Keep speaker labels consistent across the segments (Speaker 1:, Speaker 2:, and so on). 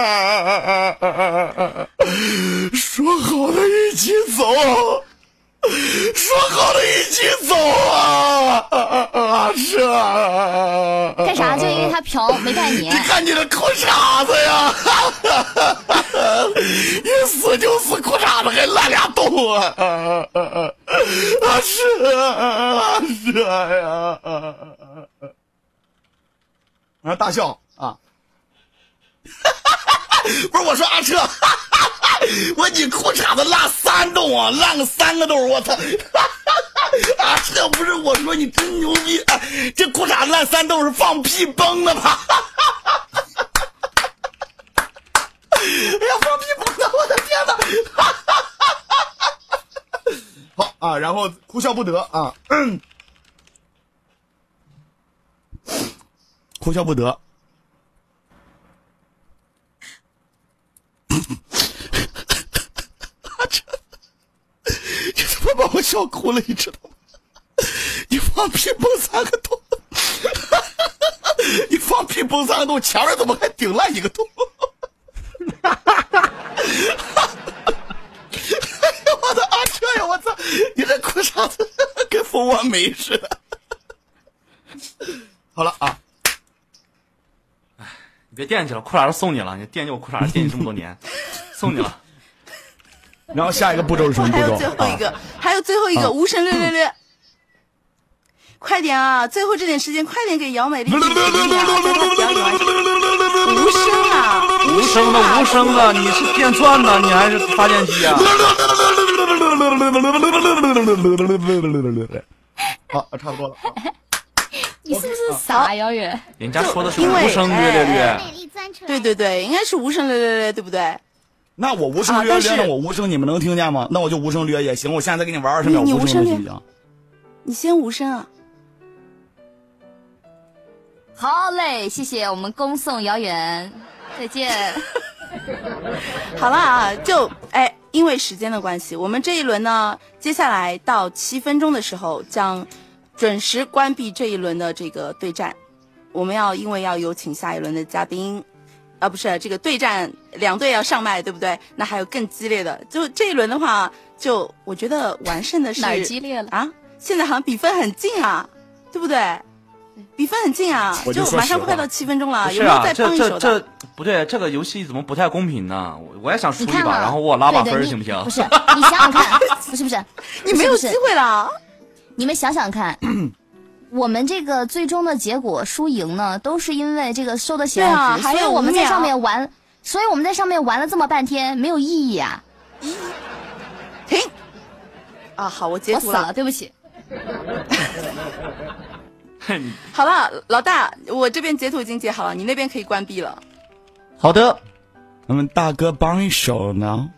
Speaker 1: 啊啊
Speaker 2: 瓶没带你
Speaker 1: 你。看你这裤衩子呀，一死就死裤衩子，还烂俩洞啊！啊是啊是呀！啊大笑啊！不是我说阿彻，我你裤衩子烂三洞啊，烂个三个洞，我操！啊，这不是我说你真牛逼，啊这裤衩烂三洞是放屁崩的吧？哎呀，放屁崩的，我的天哪！好啊，然后哭笑不得啊，嗯哭笑不得。 这他妈把我笑哭了，你知道吗？你放屁崩三个洞， 你放屁崩三个洞，前面怎么还顶烂一个洞？哎呦我的阿车呀！我操，你这裤衩子跟蜂窝煤似的。好了啊，
Speaker 3: 你别惦记了，裤衩都送你了，你惦记我裤衩惦记这么多年，送你了。
Speaker 1: 然后下一个步骤是什么步
Speaker 4: 还有
Speaker 1: 骤？
Speaker 4: 最后一个，还有最后一个，无声六六六。快点啊！最后这点时间，快点给姚美丽。无声啊，
Speaker 3: 无声的，无声的，你是电钻呢，你还是发电机啊？
Speaker 1: 好，差不多了。
Speaker 2: 你是不是傻遥远？
Speaker 3: 人家说的是
Speaker 4: 因为哎
Speaker 3: 无声略略略，
Speaker 5: 美丽专车，
Speaker 4: 对对对，应该是无声六六六，对不对？
Speaker 1: 那我无声
Speaker 4: 啊
Speaker 1: 略
Speaker 4: 但是
Speaker 1: 略，那我无声，你们能听见吗？那我就无声略也行。我现在再给你玩二十秒
Speaker 4: 你你无
Speaker 1: 声
Speaker 4: 声
Speaker 1: 的
Speaker 4: 略
Speaker 1: 行不行？
Speaker 4: 你先无声啊。
Speaker 2: 好嘞，谢谢，我们恭送遥远，再见。
Speaker 4: 好了啊，就哎，因为时间的关系，我们这一轮呢，接下来到七分钟的时候将准时关闭这一轮的这个对战。我们要因为要有请下一轮的嘉宾，啊，不是这个对战，两队要上麦，对不对？那还有更激烈的，就这一轮的话，就我觉得完胜的是
Speaker 2: 哪儿激烈了？
Speaker 4: 啊？现在好像比分很近啊，对不对？比分很近啊，
Speaker 1: 我就说
Speaker 4: 马上
Speaker 1: 实
Speaker 4: 快
Speaker 1: 话
Speaker 4: 到七分钟了，
Speaker 3: 不
Speaker 4: 哎有
Speaker 3: 是
Speaker 4: 没有
Speaker 3: 啊
Speaker 4: 再，帮
Speaker 3: 这
Speaker 4: 一手
Speaker 3: 这
Speaker 4: 的？
Speaker 3: 这不对，这个游戏怎么不太公平呢？我我也想出
Speaker 2: 你
Speaker 3: 一
Speaker 2: 看
Speaker 3: 把，
Speaker 2: 嘛，
Speaker 3: 然后我拉把
Speaker 2: 对的
Speaker 3: 分儿
Speaker 2: 你
Speaker 3: 行不行？
Speaker 2: 不是，你想想 看，不是不是，
Speaker 4: 你没有
Speaker 2: 不是
Speaker 4: 机会了啊。
Speaker 2: 你们想想 看，我们这个最终的结果输赢呢，都是因为这个收的血
Speaker 4: 对啊
Speaker 2: 量值，
Speaker 4: 还
Speaker 2: 所以
Speaker 4: 有
Speaker 2: 我们在
Speaker 4: 五秒
Speaker 2: 上面玩，所以我们在上面玩了这么半天没有意义啊！
Speaker 4: 停！啊，好，我截
Speaker 2: 我
Speaker 4: 图
Speaker 2: 死
Speaker 4: 了
Speaker 2: 了，。对不起。
Speaker 3: 你
Speaker 4: 好了，老大，我这边截图已经截好了，你那边可以关闭了。
Speaker 3: 好的，
Speaker 1: 咱们大哥帮一手呢。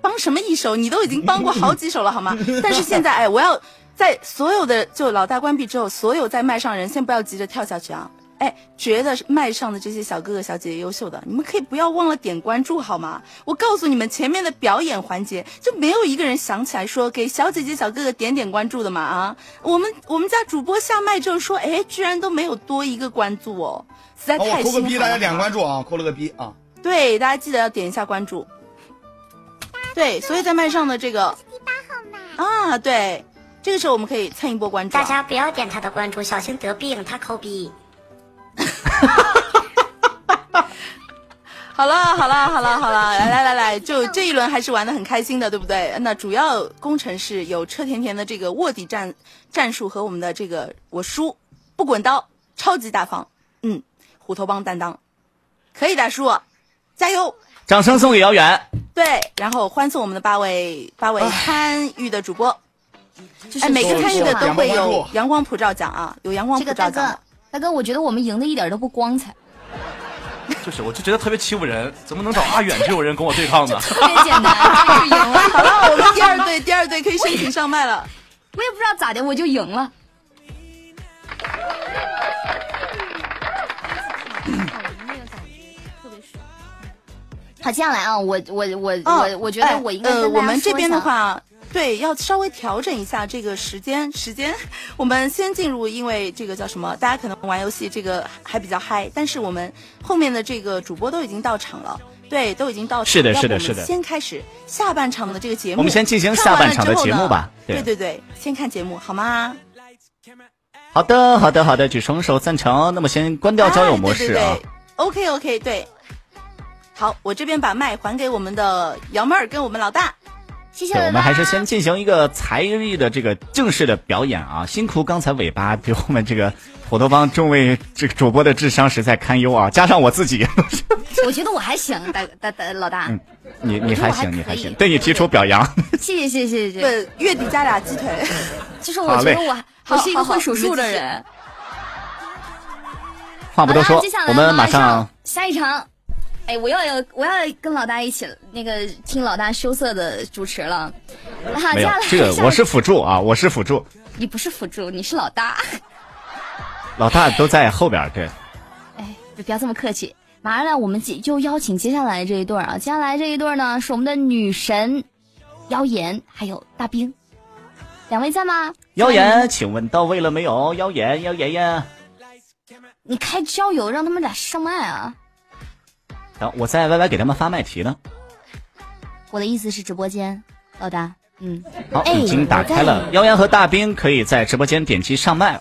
Speaker 4: 帮什么一手？你都已经帮过好几手了，好 吗？但是现在，哎，我要在所有的就老大关闭之后，所有在麦上人先不要急着跳下去啊！哎，觉得麦上的这些小哥哥小姐姐优秀的，你们可以不要忘了点关注好吗？我告诉你们，前面的表演环节就没有一个人想起来说给小姐姐小哥哥点点关注的嘛啊！我们我们家主播下麦之后说，哎，居然都没有多一个关注哦，实在
Speaker 1: 好，我
Speaker 4: 太
Speaker 1: 扣个
Speaker 4: 心寒
Speaker 1: 逼，
Speaker 4: 了。
Speaker 1: 大家点关注啊！扣了个逼啊！
Speaker 4: 对，大家记得要点一下关注。对，所以在麦上的这个
Speaker 5: 第八号麦。
Speaker 4: 啊，对，这个时候我们可以蹭一波关注、
Speaker 6: 大
Speaker 4: 啊。
Speaker 6: 家不要点他的关注，小心得病，他抠逼。
Speaker 4: 好了，好了，好了，好了，来来来来，就这一轮还是玩的很开心的，对不对？那主要工程是有车甜甜的这个卧底战战术和我们的这个我叔不滚刀，超级大方，嗯，虎头帮担当，可以的，叔，加油！
Speaker 3: 掌声送给姚远。
Speaker 4: 对，然后欢送我们的八位八位参与的主播。
Speaker 2: 就是
Speaker 4: 哎，每个
Speaker 2: 说
Speaker 4: 参与
Speaker 2: 实
Speaker 4: 的
Speaker 2: 话
Speaker 4: 都会
Speaker 1: 阳光
Speaker 4: 有
Speaker 1: 关注
Speaker 4: 阳光普照奖啊，有阳光
Speaker 2: 这
Speaker 4: 普
Speaker 2: 个
Speaker 4: 照
Speaker 2: 大
Speaker 4: 奖
Speaker 2: 哥
Speaker 4: 的。，
Speaker 2: 大哥，我觉得我们赢的一点都不光彩，
Speaker 3: 就是，我就觉得特别欺负人，怎么能找阿远这种人跟我对抗呢？
Speaker 2: 特别简单，就是赢了。
Speaker 4: 好了，我们第二队，第二队可以申请上麦了。
Speaker 2: 我也不知道咋的，我就赢了。好，接下来啊，我我我、 我我觉得我应该
Speaker 4: 哦哎
Speaker 2: 跟大家说
Speaker 4: 呃，
Speaker 2: 一下、
Speaker 4: 我们这边的话，对，要稍微调整一下这个时间。时间，我们先进入，因为这个叫什么？大家可能玩游戏这个还比较嗨，但是我们后面的这个主播都已经到场了。对，都已经到场。
Speaker 7: 是的
Speaker 4: 要不
Speaker 7: 是的
Speaker 4: 我们
Speaker 7: 是的
Speaker 4: 先开始下半场的这个节目。
Speaker 7: 我们先进行
Speaker 4: 看完
Speaker 7: 下半
Speaker 4: 了
Speaker 7: 场
Speaker 4: 之
Speaker 7: 的
Speaker 4: 后
Speaker 7: 节
Speaker 4: 呢
Speaker 7: 目吧
Speaker 4: 对
Speaker 7: 对
Speaker 4: 对对，先看节目好吗？
Speaker 3: 好的，好的，好的，举双手赞成。那么先关掉交友模式啊。
Speaker 4: 哎对对对 OK OK，对。好，我这边把麦还给我们的瑶妹儿跟我们老大。
Speaker 2: 谢谢
Speaker 3: 对，
Speaker 2: 尾巴
Speaker 3: 我们还是先进行一个才艺的这个正式的表演啊！辛苦刚才尾巴对我们这个火头帮众位这个主播的智商实在堪忧啊，加上我自己，
Speaker 2: 我觉得我还行，大大大老大，
Speaker 3: 你你还行，
Speaker 2: 嗯我觉得我还可
Speaker 3: 你
Speaker 2: 以
Speaker 3: 还行，对你提出 表扬。
Speaker 2: 谢谢谢谢谢谢。
Speaker 4: 对，呃月底加俩鸡腿。
Speaker 2: 就是我
Speaker 3: 好
Speaker 2: 觉
Speaker 3: 嘞
Speaker 2: 得我我
Speaker 4: 好
Speaker 2: 是一个
Speaker 4: 好好
Speaker 2: 会数数的
Speaker 4: 你们继续
Speaker 2: 人。
Speaker 3: 话不多
Speaker 2: 好
Speaker 3: 说
Speaker 2: 了接下来，
Speaker 3: 我们
Speaker 2: 马
Speaker 3: 马上
Speaker 2: 下一场。哎，我要有我要跟老大一起那个听老大羞涩的主持了。啊，
Speaker 3: 没
Speaker 2: 接
Speaker 3: 有
Speaker 2: 下来
Speaker 3: 这个，
Speaker 2: 下
Speaker 3: 我是辅助啊，我是辅助，
Speaker 2: 你不是辅助，你是老大。
Speaker 3: 老大都在后边儿。对，
Speaker 2: 哎，不要这么客气。马上呢，我们接就邀请接下来这一对儿啊，接下来这一对儿呢是我们的女神妖言还有大兵，两位在吗？
Speaker 3: 妖言，请问到位了没有？妖言，妖言言，
Speaker 2: 你开交友让他们俩上麦啊！
Speaker 3: 等我在 YY 给他们发麦题呢。
Speaker 2: 我的意思是直播间，老大，嗯。
Speaker 3: 好，
Speaker 2: 哎
Speaker 3: 已经打开了。妖言和大兵可以在直播间点击上麦，